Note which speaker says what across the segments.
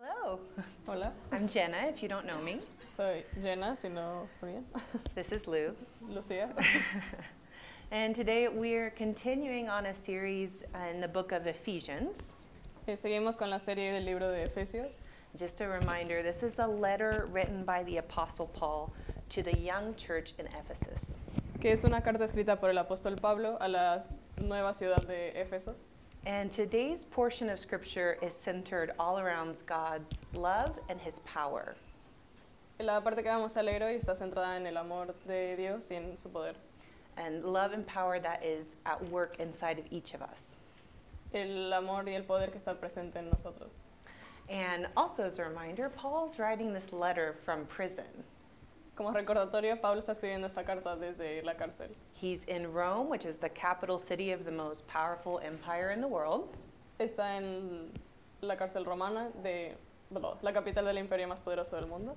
Speaker 1: Hello,
Speaker 2: Hola,
Speaker 1: I'm Jenna, if you don't know me.
Speaker 2: soy Jenna, si no sabían.
Speaker 1: This is Lou.
Speaker 2: Lucía.
Speaker 1: And today we're continuing on a series in the book of Ephesians.
Speaker 2: Eh, seguimos con la serie del libro de Efesios.
Speaker 1: Just a reminder this is a letter written by the Apostle Paul to the young church in Ephesus.
Speaker 2: que es una carta escrita por el apóstol Pablo a la nueva ciudad de Éfeso.
Speaker 1: And today's portion of scripture is centered all around God's love and his power.
Speaker 2: La parte que vamos a leer hoy está centrada en el amor de Dios y en su poder.
Speaker 1: And love and power that is at work inside of each of us.
Speaker 2: El amor y el poder que está presente en nosotros.
Speaker 1: And also, as a reminder, Paul's writing this letter from prison.
Speaker 2: Como recordatorio, Pablo está escribiendo esta carta desde la cárcel.
Speaker 1: He's in Rome, which is the capital city of the most powerful empire in the world.
Speaker 2: Está en la cárcel romana de perdón, la capital del imperio más poderoso del mundo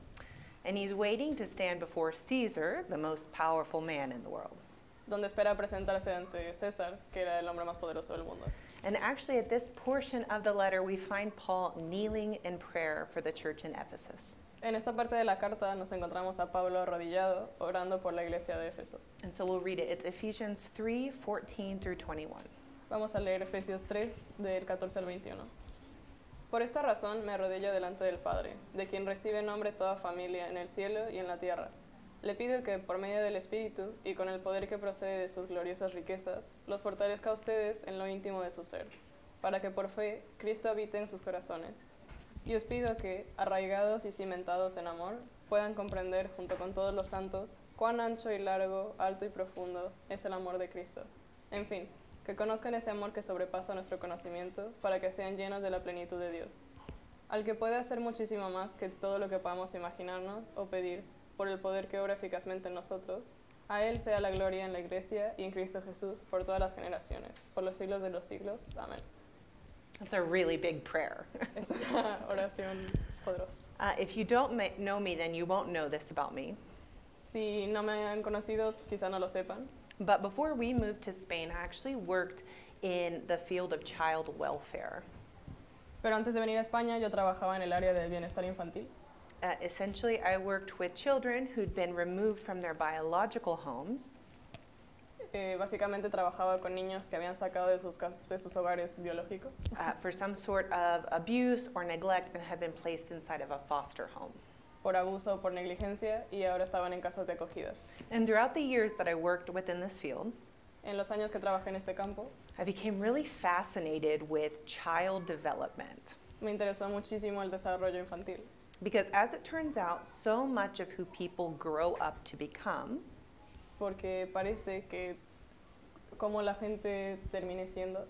Speaker 1: And he's waiting to stand before Caesar, the most powerful man in the world.
Speaker 2: donde espera presentarse ante César, que era el hombre más poderoso del mundo.
Speaker 1: And actually, at this portion of the letter, we find Paul kneeling in prayer for the church in Ephesus.
Speaker 2: En esta parte de la carta nos encontramos a Pablo arrodillado orando por la iglesia de Éfeso.
Speaker 1: And so we'll read it. It's Ephesians 3 14 through 21.
Speaker 2: Vamos a leer Efesios 3 del 14 al 21. Por esta razón me arrodillo delante del Padre, de quien recibe nombre toda familia en el cielo y en la tierra. Le pido que, por medio del Espíritu y con el poder que procede de sus gloriosas riquezas, los fortalezca a ustedes en lo íntimo de su ser, para que por fe Cristo habite en sus corazones. Y os pido que, arraigados y cimentados en amor, puedan comprender, junto con todos los santos, cuán ancho y largo, alto y profundo es el amor de Cristo. En fin, que conozcan ese amor que sobrepasa nuestro conocimiento, para que sean llenos de la plenitud de Dios. Al que puede hacer muchísimo más que todo lo que podamos imaginarnos o pedir, por el poder que obra eficazmente en nosotros, a Él sea la gloria en la Iglesia y en Cristo Jesús por todas las generaciones, por los siglos de los siglos. Amén.
Speaker 1: That's a really big prayer.
Speaker 2: Es una oración poderosa.
Speaker 1: Uh, if you don't ma- know me, then you won't know this about me.
Speaker 2: Si no me han conocido, quizá no lo sepan,
Speaker 1: But before we moved to Spain, I actually worked in the field of child welfare.
Speaker 2: pero antes de venir a España yo trabajaba en el área del bienestar infantil.
Speaker 1: Uh, essentially, I worked with children who'd been removed from their biological homes
Speaker 2: Eh, básicamente trabajaba con niños que habían sacado de sus, cas- de sus hogares biológicos
Speaker 1: uh, for some sort of abuse or neglect and had been placed inside of a foster home.
Speaker 2: por abuso o por negligencia y ahora estaban en casas de acogida.
Speaker 1: And throughout the years that I worked within this field,
Speaker 2: En los años que trabajé en este campo
Speaker 1: I became really fascinated with child development.
Speaker 2: me interesó muchísimo el desarrollo infantil,
Speaker 1: Because as it turns out, so much of who people grow up to become
Speaker 2: porque parece que como la gente termine siendo,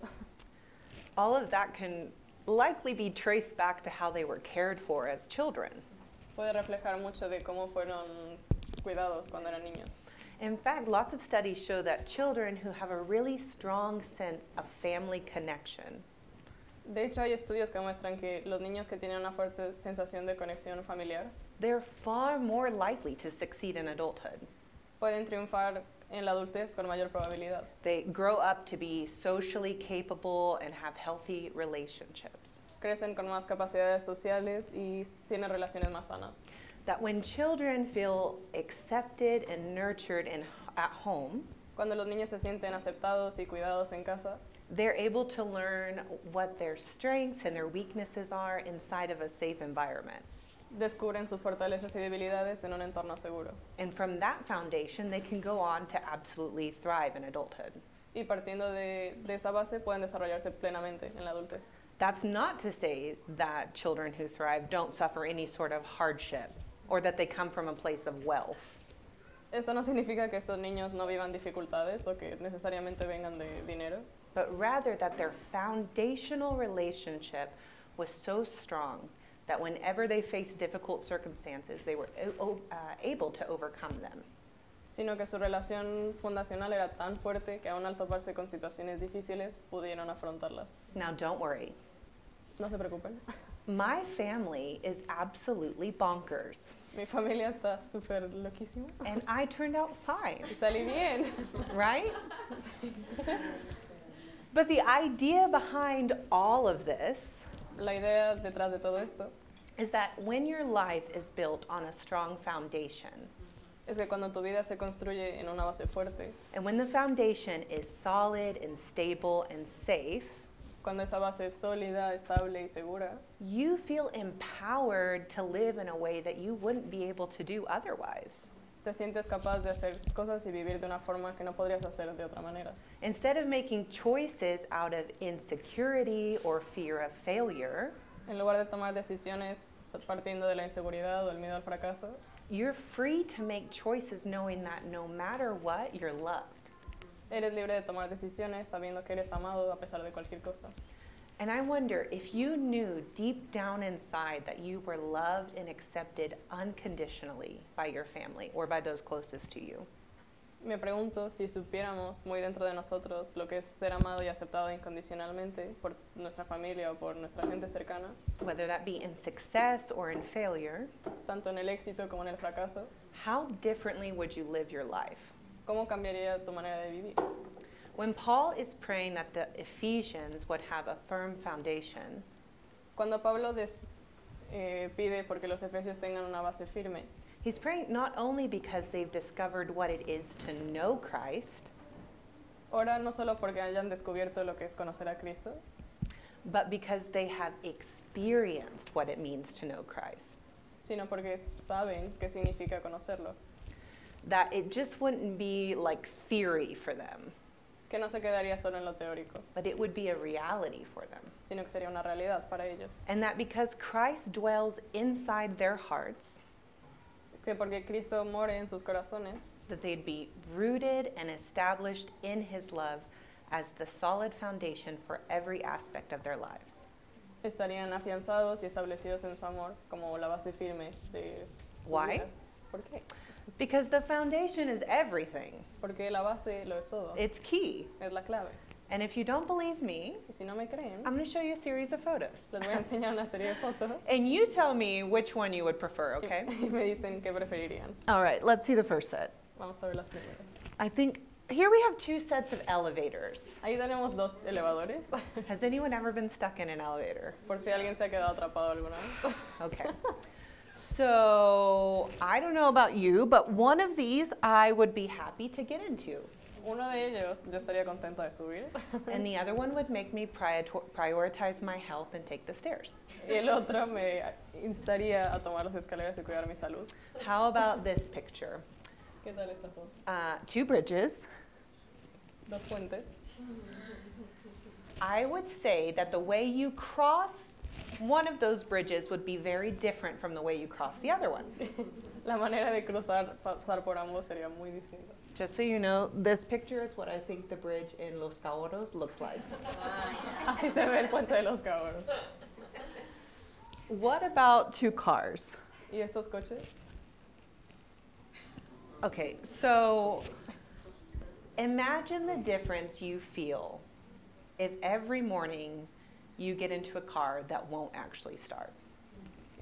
Speaker 1: all of that can likely be traced back to how they were cared for as children.
Speaker 2: puede reflejar mucho de cómo fueron cuidados cuando eran niños.
Speaker 1: In fact, lots of studies show that children who have a really strong sense of family connection
Speaker 2: De hecho, hay estudios que muestran que los niños que tienen una fuerte sensación de conexión familiar
Speaker 1: they're far more likely to succeed in adulthood.
Speaker 2: pueden triunfar en la adultez con mayor probabilidad.
Speaker 1: They grow up to be socially capable and have healthy relationships.
Speaker 2: Crecen con más capacidades sociales y tienen relaciones más sanas.
Speaker 1: That when children feel accepted and nurtured in, at home,
Speaker 2: Cuando los niños se sienten aceptados y cuidados en casa,
Speaker 1: they're able to learn what their strengths and their weaknesses are inside of a safe environment.
Speaker 2: descubren sus fortalezas y debilidades en un entorno seguro.
Speaker 1: And from that foundation, they can go on to absolutely thrive in adulthood.
Speaker 2: Y partiendo de, de esa base pueden desarrollarse plenamente en la adultez.
Speaker 1: That's not to say that children who thrive don't suffer any sort of hardship or that they come from a place of wealth.
Speaker 2: Esto no significa que estos niños no vivan dificultades o que necesariamente vengan de dinero,
Speaker 1: but rather that their foundational relationship was so strong that whenever they faced difficult circumstances, they were o- o- uh, able to overcome them.
Speaker 2: sino que su relación fundacional era tan fuerte que aún al toparse con situaciones difíciles pudieron afrontarlas.
Speaker 1: Now, don't worry,
Speaker 2: No se preocupen,
Speaker 1: my family is absolutely bonkers,
Speaker 2: mi familia está súper loquísima
Speaker 1: and I turned out fine,
Speaker 2: y salí bien.
Speaker 1: right? but the idea behind all of this
Speaker 2: La idea detrás de todo esto
Speaker 1: is that when your life is built on a strong foundation,
Speaker 2: es que cuando tu vida se construye en una base fuerte,
Speaker 1: and when the foundation is solid and stable and safe,
Speaker 2: cuando esa base es sólida, estable y segura,
Speaker 1: you feel empowered to live in a way that you wouldn't be able to do otherwise.
Speaker 2: te sientes capaz de hacer cosas y vivir de una forma que no podrías hacer de otra manera.
Speaker 1: Instead of making choices out of insecurity or fear of failure,
Speaker 2: En lugar de tomar decisiones partiendo de la inseguridad o el miedo al fracaso,
Speaker 1: you're free to make choices knowing that no matter what, you're loved.
Speaker 2: eres libre de tomar decisiones sabiendo que eres amado a pesar de cualquier cosa.
Speaker 1: And I wonder if you knew deep down inside that you were loved and accepted unconditionally by your family or by those closest to you.
Speaker 2: Me pregunto si supiéramos muy dentro de nosotros lo que es ser amado y aceptado incondicionalmente por nuestra familia o por nuestra gente cercana,
Speaker 1: Whether that be in success or in failure,
Speaker 2: tanto en el éxito como en el fracaso,
Speaker 1: how differently would you live your life?
Speaker 2: ¿cómo cambiaría tu manera de vivir?
Speaker 1: When Paul is praying that the Ephesians would have a firm foundation,
Speaker 2: Cuando Pablo des- eh, pide porque los efesios tengan una base firme,
Speaker 1: he's praying not only because they've discovered what it is to know Christ,
Speaker 2: ora no solo porque hayan descubierto lo que es conocer a Cristo,
Speaker 1: but because they have experienced what it means to know Christ.
Speaker 2: sino porque saben qué significa conocerlo,
Speaker 1: That it just wouldn't be like theory for them,
Speaker 2: que no se quedaría solo en lo teórico,
Speaker 1: but it would be a reality for them.
Speaker 2: sino que sería una realidad para ellos,
Speaker 1: And that because Christ dwells inside their hearts,
Speaker 2: que porque Cristo more en sus corazones,
Speaker 1: that they'd be rooted and established in his love as the solid foundation for every aspect of their lives.
Speaker 2: estarían afianzados y establecidos en su amor como la base firme de sus
Speaker 1: Why?
Speaker 2: vidas. ¿Por qué?
Speaker 1: Because the foundation is everything,
Speaker 2: Porque la base lo es todo,
Speaker 1: it's key.
Speaker 2: es la clave.
Speaker 1: And if you don't believe me,
Speaker 2: Y si no me creen,
Speaker 1: I'm going to show you a series of photos.
Speaker 2: les voy a enseñar una serie de fotos
Speaker 1: And you tell me which one you would prefer,
Speaker 2: y-
Speaker 1: okay?
Speaker 2: y me dicen qué preferirían.
Speaker 1: All right, let's see the first set.
Speaker 2: Vamos a ver las primeras.
Speaker 1: I think here we have two sets of elevators.
Speaker 2: Ahí tenemos dos elevadores,
Speaker 1: Has anyone ever been stuck in an elevator?
Speaker 2: por si alguien se ha quedado atrapado alguna vez.
Speaker 1: Okay. So, I don't know about you, but one of these I would be happy to get into,
Speaker 2: Uno de ellos yo estaría contenta de subir
Speaker 1: and the other one would make me priato- prioritize my health and take the stairs.
Speaker 2: y el otro me instaría a tomar las escaleras y cuidar mi salud.
Speaker 1: How about this picture?
Speaker 2: ¿Qué tal esta foto?
Speaker 1: Uh, two bridges.
Speaker 2: Dos puentes.
Speaker 1: I would say that the way you cross one of those bridges would be very different from the way you cross the other one.
Speaker 2: La manera de cruzar, pasar por ambos sería muy distinta.
Speaker 1: Just so you know, this picture is what I think the bridge in Los Caoros looks like.
Speaker 2: Así se ve el puente de los cabros.
Speaker 1: What about two cars?
Speaker 2: ¿Y estos coches?
Speaker 1: Okay, so imagine the difference you feel if every morning you get into a car that won't actually start.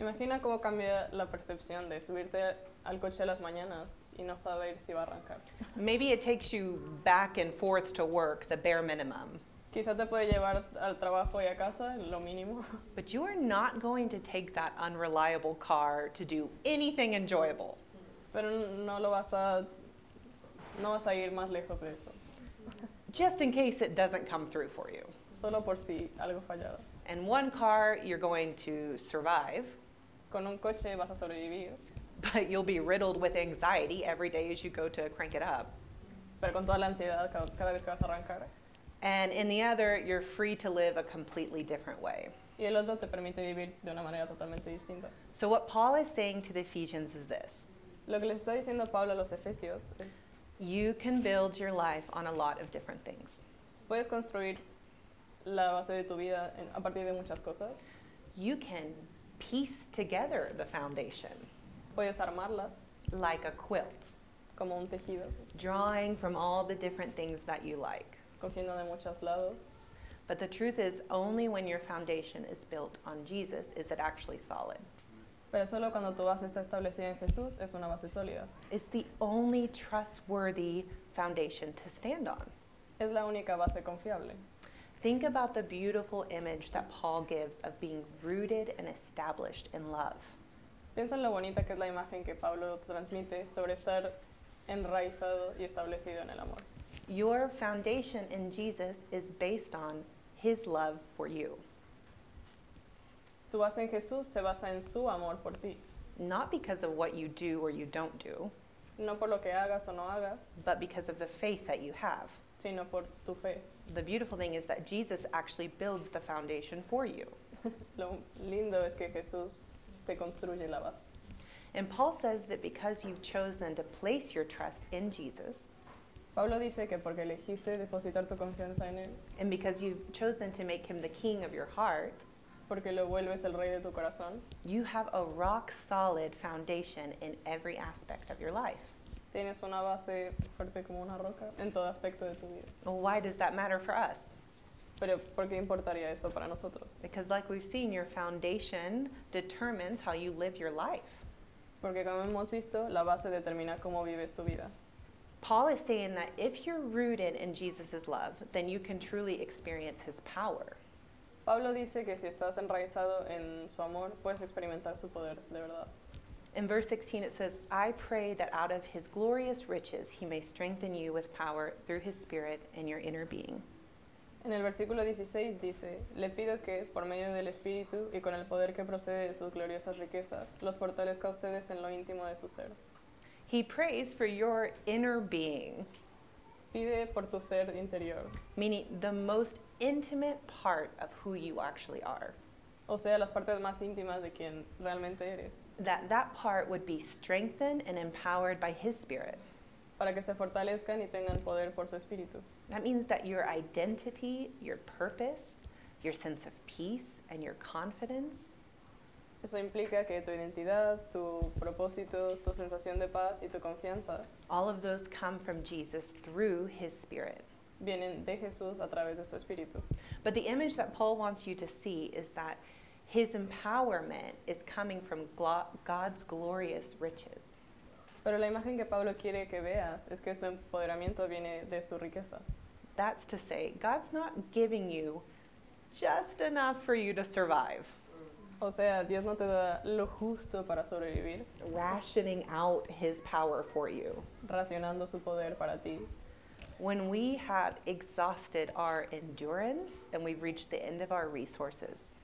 Speaker 2: Imagina cómo cambia la percepción de subirte al coche a las mañanas y no saber si va a arrancar.
Speaker 1: Maybe it takes you back and forth to work, the bare minimum,
Speaker 2: Quizá te puede llevar al trabajo y a casa, lo mínimo,
Speaker 1: but you are not going to take that unreliable car to do anything enjoyable.
Speaker 2: pero no lo vas a no vas a ir más lejos de eso,
Speaker 1: just in case it doesn't come through for you.
Speaker 2: solo por si algo fallara.
Speaker 1: And one car, you're going to survive,
Speaker 2: Con un coche vas a sobrevivir,
Speaker 1: but you'll be riddled with anxiety every day as you go to crank it up.
Speaker 2: pero con toda la ansiedad ca- cada vez que vas a arrancar.
Speaker 1: And in the other, you're free to live a completely different way.
Speaker 2: Y el otro te permite vivir de una manera totalmente distinta.
Speaker 1: So, what Paul is saying to the Ephesians is this
Speaker 2: Lo que le está diciendo Pablo a los Efesios es,
Speaker 1: you can build your life on a lot of different things.
Speaker 2: puedes construir la base de tu vida en- a partir de muchas cosas,
Speaker 1: You can piece together the foundation
Speaker 2: puedes armarla
Speaker 1: like a quilt,
Speaker 2: como un tejido,
Speaker 1: drawing from all the different things that you like.
Speaker 2: cogiendo de muchos lados,
Speaker 1: But the truth is, only when your foundation is built on Jesus is it actually solid.
Speaker 2: pero solo cuando tu base está establecida en Jesús es una base sólida.
Speaker 1: It's the only trustworthy foundation to stand on.
Speaker 2: Es la única base confiable.
Speaker 1: Think about the beautiful image that Paul gives of being rooted and established in love.
Speaker 2: Piensa en lo bonita que es la imagen que Pablo transmite sobre estar enraizado y establecido en el amor.
Speaker 1: Your foundation in Jesus is based on his love for you,
Speaker 2: Tu base en Jesús se basa en su amor por ti,
Speaker 1: not because of what you do or you don't do,
Speaker 2: no por lo que hagas o no hagas,
Speaker 1: but because of the faith that you have.
Speaker 2: sino por tu fe.
Speaker 1: The beautiful thing is that Jesus actually builds the foundation for you.
Speaker 2: Lo lindo es que Jesús te construye la base.
Speaker 1: And Paul says that because you've chosen to place your trust in Jesus,
Speaker 2: Pablo dice que porque elegiste depositar tu confianza en Él,
Speaker 1: and because you've chosen to make him the king of your heart,
Speaker 2: porque lo vuelves el rey de tu corazón,
Speaker 1: you have a rock solid foundation in every aspect of your life.
Speaker 2: tienes una base fuerte como una roca en todo aspecto de tu vida.
Speaker 1: Well, why does that matter for us?
Speaker 2: Pero ¿por qué importaría eso para nosotros?
Speaker 1: Because, like we've seen, your foundation determines how you live your life.
Speaker 2: Porque como hemos visto, la base determina cómo vives tu vida.
Speaker 1: Paul is saying that if you're rooted in Jesus' love, then you can truly experience his power.
Speaker 2: Pablo dice que si estás enraizado en su amor, puedes experimentar su poder de verdad.
Speaker 1: In verse 16, it says, I pray that out of his glorious riches he may strengthen you with power through his spirit in your inner being.
Speaker 2: En el versículo 16 dice, le pido que, por medio del Espíritu y con el poder que procede de sus gloriosas riquezas, los fortalezca a ustedes en lo íntimo de su ser.
Speaker 1: He prays for your inner being,
Speaker 2: Pide por tu ser interior,
Speaker 1: meaning the most intimate part of who you actually are,
Speaker 2: o sea, las partes más íntimas de quien realmente eres,
Speaker 1: that that part would be strengthened and empowered by his spirit.
Speaker 2: para que se fortalezcan y tengan poder por su espíritu.
Speaker 1: That means that your identity, your purpose, your sense of peace, and your confidence
Speaker 2: Eso implica que tu identidad, tu propósito, tu sensación de paz y tu confianza
Speaker 1: All of those come from Jesus through his spirit.
Speaker 2: vienen de Jesús a través de su espíritu.
Speaker 1: But the image that Paul wants you to see is that his empowerment is coming from glo- God's glorious riches.
Speaker 2: Pero la imagen que Pablo quiere que veas es que su empoderamiento viene de su riqueza.
Speaker 1: That's to say, God's not giving you just enough for you to survive,
Speaker 2: O sea, Dios no te da lo justo para sobrevivir,
Speaker 1: rationing out his power for you.
Speaker 2: racionando su poder para ti.
Speaker 1: When we have exhausted our endurance and we've reached the end of our resources,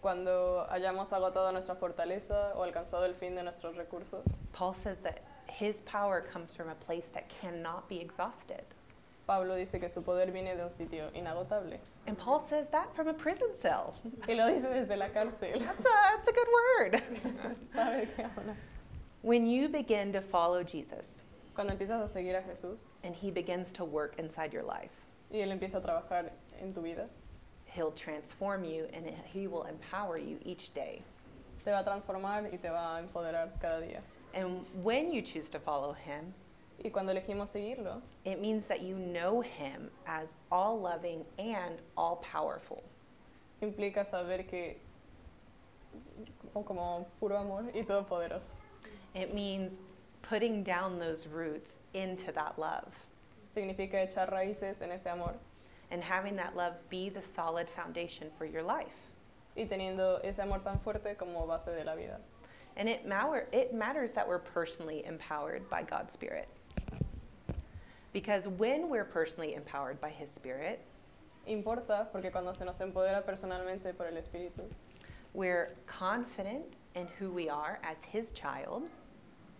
Speaker 2: Cuando hayamos agotado nuestra fortaleza o alcanzado el fin de nuestros recursos,
Speaker 1: Paul says that his power comes from a place that cannot be exhausted.
Speaker 2: Pablo dice que su poder viene de un sitio inagotable.
Speaker 1: And Paul says that from a prison cell.
Speaker 2: Y lo dice desde la cárcel.
Speaker 1: That's a, that's a good word.
Speaker 2: ¿Sabe de qué habla?
Speaker 1: When you begin to follow Jesus
Speaker 2: Cuando empiezas a seguir a Jesús
Speaker 1: and he begins to work inside your life,
Speaker 2: y Él empieza a trabajar en tu vida,
Speaker 1: he'll transform you and he will empower you each day.
Speaker 2: te va a transformar y te va a empoderar cada día.
Speaker 1: And when you choose to follow him,
Speaker 2: Y cuando elegimos seguirlo,
Speaker 1: it means that you know him as all loving and all powerful.
Speaker 2: implica saber que, o como puro amor y todopoderoso.
Speaker 1: It means putting down those roots into that love
Speaker 2: significa echar raíces en ese amor
Speaker 1: and having that love be the solid foundation for your life.
Speaker 2: y teniendo ese amor tan fuerte como base de la vida.
Speaker 1: And it, matter, it matters that we're personally empowered by God's Spirit. Because when we're personally empowered by His Spirit,
Speaker 2: Importa porque cuando se nos empodera personalmente por el Espíritu,
Speaker 1: we're confident in who we are as His child.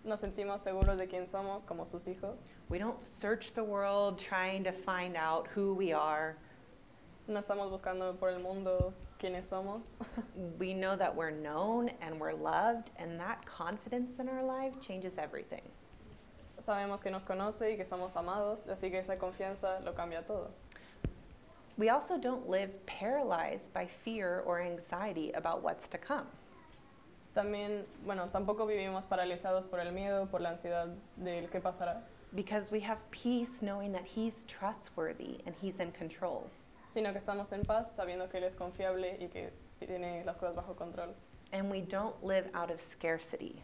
Speaker 2: nos sentimos seguros de quién somos como sus hijos,
Speaker 1: We don't search the world trying to find out who we are.
Speaker 2: no estamos buscando por el mundo quiénes somos,
Speaker 1: We know that we're known and we're loved, and that confidence in our life changes everything.
Speaker 2: sabemos que nos conoce y que somos amados, así que esa confianza lo cambia todo.
Speaker 1: We also don't live paralyzed by fear or anxiety about what's to come.
Speaker 2: También, bueno, tampoco vivimos paralizados por el miedo, por la ansiedad del qué pasará,
Speaker 1: Because we have peace knowing that He's trustworthy and He's in control.
Speaker 2: sino que estamos en paz sabiendo que Él es confiable y que tiene las cosas bajo control.
Speaker 1: And we don't live out of scarcity.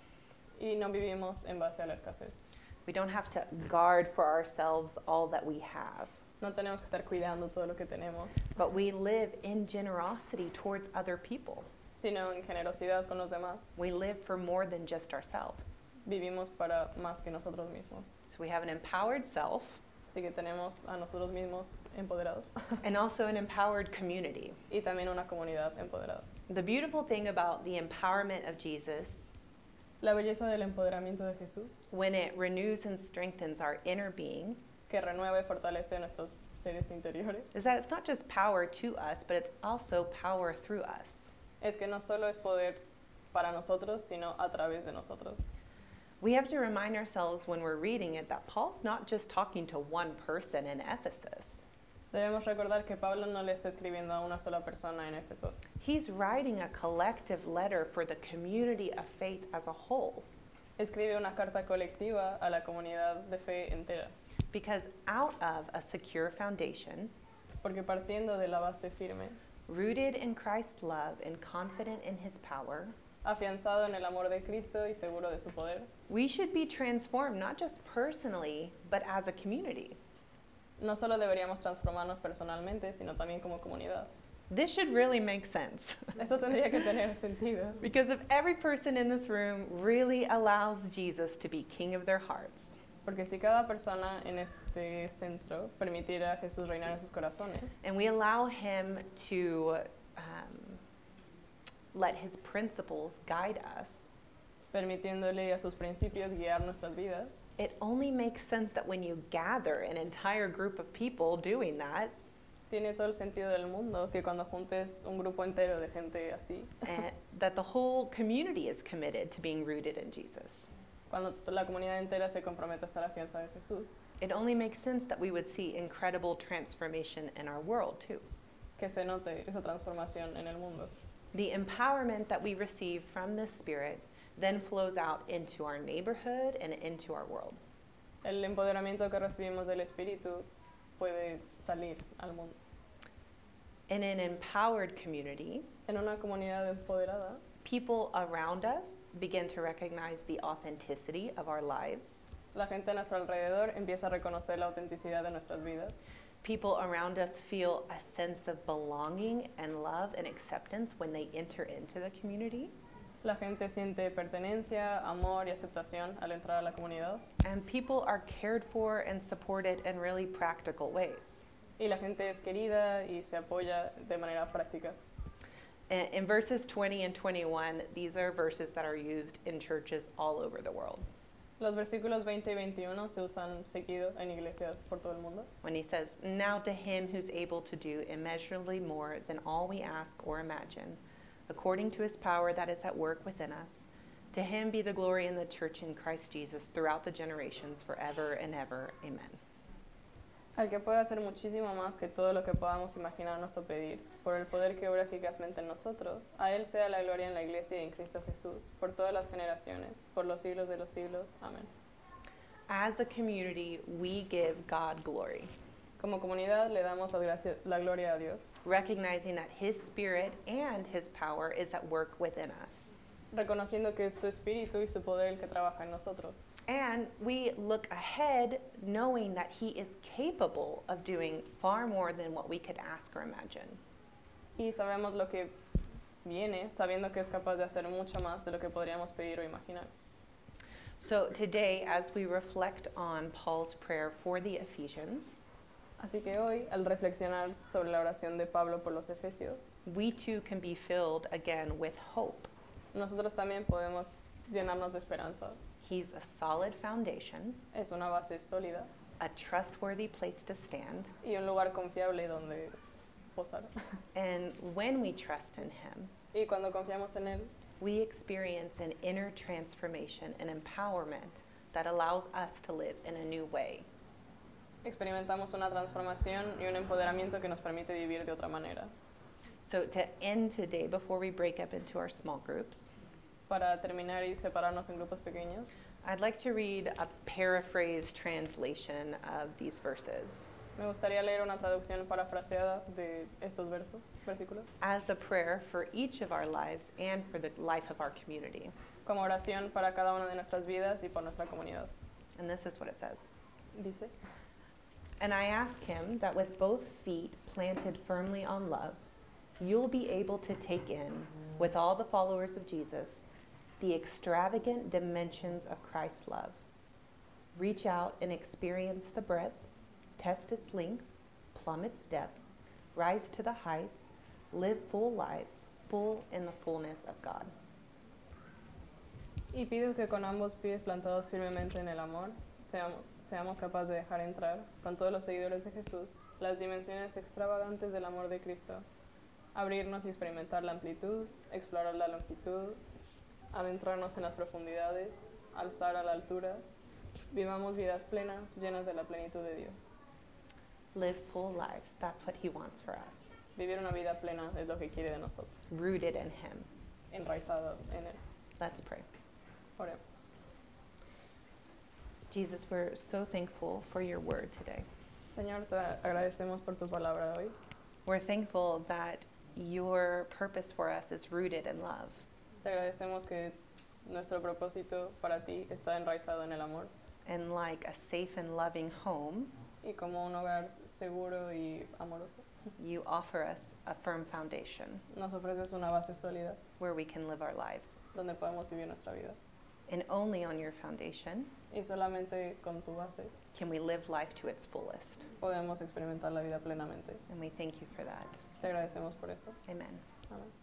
Speaker 2: y no vivimos en base a la escasez.
Speaker 1: We don't have to guard for ourselves all that we have.
Speaker 2: No tenemos que estar cuidando todo lo que tenemos,
Speaker 1: but we live in generosity towards other people.
Speaker 2: sino en generosidad con los demás.
Speaker 1: We live for more than just ourselves.
Speaker 2: Vivimos para más que nosotros mismos.
Speaker 1: So we have an empowered self
Speaker 2: Así que tenemos a nosotros mismos empoderados
Speaker 1: and also an empowered community.
Speaker 2: y también una comunidad empoderada.
Speaker 1: The beautiful thing about the empowerment of Jesus,
Speaker 2: La belleza del empoderamiento de Jesús,
Speaker 1: when it renews and strengthens our inner being,
Speaker 2: que renueva y fortalece nuestros seres interiores,
Speaker 1: is that it's not just power to us, but it's also power through us.
Speaker 2: es que no solo es poder para nosotros, sino a través de nosotros.
Speaker 1: We have to remind ourselves when we're reading it that Paul's not just talking to one person in Ephesus.
Speaker 2: Debemos recordar que Pablo no le está escribiendo a una sola persona en Éfeso.
Speaker 1: He's writing a collective letter for the community of faith as a whole,
Speaker 2: Escribe una carta colectiva a la comunidad de fe entera,
Speaker 1: because out of a secure foundation,
Speaker 2: porque partiendo de la base firme,
Speaker 1: rooted in Christ's love and confident in his power,
Speaker 2: afianzado en el amor de Cristo y seguro de su poder,
Speaker 1: we should be transformed not just personally, but as a community.
Speaker 2: no solo deberíamos transformarnos personalmente, sino también como comunidad.
Speaker 1: This should really make sense
Speaker 2: Esto tendría que tener sentido,
Speaker 1: because if every person in this room really allows Jesus to be king of their hearts,
Speaker 2: porque si cada persona en este centro permitiera a Jesús reinar en sus corazones,
Speaker 1: and we allow Him to um, let His principles guide us,
Speaker 2: permitiéndole a sus principios guiar nuestras vidas,
Speaker 1: it only makes sense that when you gather an entire group of people doing that,
Speaker 2: tiene todo el sentido del mundo que cuando juntes un grupo entero de gente así,
Speaker 1: eh, that the whole community is committed to being rooted in Jesus.
Speaker 2: cuando t- la comunidad entera se compromete a estar afianza de Jesús,
Speaker 1: It only makes sense that we would see incredible transformation in our world too.
Speaker 2: que se note esa transformación en el mundo.
Speaker 1: The empowerment that we receive from this Spirit then flows out into our neighborhood and into our world.
Speaker 2: El empoderamiento que recibimos del Espíritu puede salir al mundo.
Speaker 1: In an empowered community,
Speaker 2: En una comunidad empoderada,
Speaker 1: people around us begin to recognize the authenticity of our lives.
Speaker 2: la gente a nuestro alrededor empieza a reconocer la autenticidad de nuestras vidas.
Speaker 1: People around us feel a sense of belonging and love and acceptance when they enter into the community.
Speaker 2: La gente siente pertenencia, amor y aceptación al entrar a la comunidad.
Speaker 1: And people are cared for and supported in really practical ways.
Speaker 2: Y la gente es querida y se apoya de manera práctica.
Speaker 1: In, in verses 20 and 21, these are verses that are used in churches all over the world.
Speaker 2: Los versículos 20 y 21 se usan seguido en iglesias por todo el mundo.
Speaker 1: When he says, Now to him who's able to do immeasurably more than all we ask or imagine, according to his power that is at work within us, to him be the glory in the church in Christ Jesus throughout the generations, forever and ever. Amen.
Speaker 2: Al que puede hacer muchísimo más que todo lo que podamos imaginarnos o pedir, por el poder que obra eficazmente en nosotros, a Él sea la gloria en la Iglesia y en Cristo Jesús, por todas las generaciones, por los siglos de los siglos. Amén.
Speaker 1: As a community, we give God glory,
Speaker 2: Como comunidad le damos la, gracia- la gloria a Dios,
Speaker 1: recognizing that his spirit and his power is at work within us.
Speaker 2: reconociendo que es su espíritu y su poder el que trabaja en nosotros.
Speaker 1: And we look ahead knowing that He is capable of doing far more than what we could ask or imagine.
Speaker 2: Y sabemos lo que viene, sabiendo que es capaz de hacer mucho más de lo que podríamos pedir o imaginar.
Speaker 1: So today, as we reflect on Paul's prayer for the Ephesians,
Speaker 2: Así que hoy, al reflexionar sobre la oración de Pablo por los Efesios,
Speaker 1: we too can be filled again with hope.
Speaker 2: nosotros también podemos llenarnos de esperanza.
Speaker 1: He's a solid foundation,
Speaker 2: Es una base sólida
Speaker 1: a trustworthy place to stand,
Speaker 2: y un lugar confiable donde posar.
Speaker 1: and when we trust in Him,
Speaker 2: Y cuando confiamos en Él,
Speaker 1: we experience an inner transformation and empowerment that allows us to live in a new way.
Speaker 2: experimentamos una transformación y un empoderamiento que nos permite vivir de otra manera.
Speaker 1: So, to end today, before we break up into our small groups,
Speaker 2: Para terminar y separarnos en grupos pequeños,
Speaker 1: I'd like to read a paraphrase translation of these verses
Speaker 2: me gustaría leer una traducción parafraseada de estos versos, versículos,
Speaker 1: as a prayer for each of our lives and for the life of our community.
Speaker 2: como oración para cada una de nuestras vidas y por nuestra comunidad.
Speaker 1: And this is what it says
Speaker 2: Dice,
Speaker 1: And I ask him that with both feet planted firmly on love, you'll be able to take in, with all the followers of Jesus, the extravagant dimensions of Christ's love. Reach out and experience the breadth, test its length, plumb its depths, rise to the heights, live full lives, full in the fullness of God.
Speaker 2: Y pido que con ambos pies plantados firmemente en el amor, seamos, seamos capaces de dejar entrar, con todos los seguidores de Jesús, las dimensiones extravagantes del amor de Cristo. Abrirnos y experimentar la amplitud, explorar la longitud, adentrarnos en las profundidades, alzar a la altura. Vivamos vidas plenas, llenas de la plenitud de Dios.
Speaker 1: Live full lives. That's what he wants for us,
Speaker 2: Vivir una vida plena es lo que quiere de nosotros,
Speaker 1: rooted in him.
Speaker 2: enraizado en Él.
Speaker 1: Let's pray.
Speaker 2: Oremos.
Speaker 1: Jesus, we're so thankful for your word today.
Speaker 2: Señor, te agradecemos por tu palabra hoy.
Speaker 1: We're thankful that your purpose for us is rooted in love.
Speaker 2: Te agradecemos que nuestro propósito para ti está enraizado en el amor
Speaker 1: And like a safe and loving home,
Speaker 2: y como un hogar seguro y amoroso,
Speaker 1: you offer us a firm foundation
Speaker 2: nos ofreces una base sólida
Speaker 1: where we can live our lives.
Speaker 2: donde podemos vivir nuestra vida.
Speaker 1: And only on your foundation
Speaker 2: Y solamente con tu base
Speaker 1: can we live life to its fullest.
Speaker 2: podemos experimentar la vida plenamente.
Speaker 1: And we thank you for that.
Speaker 2: Te agradecemos por eso.
Speaker 1: Amen.
Speaker 2: Amén.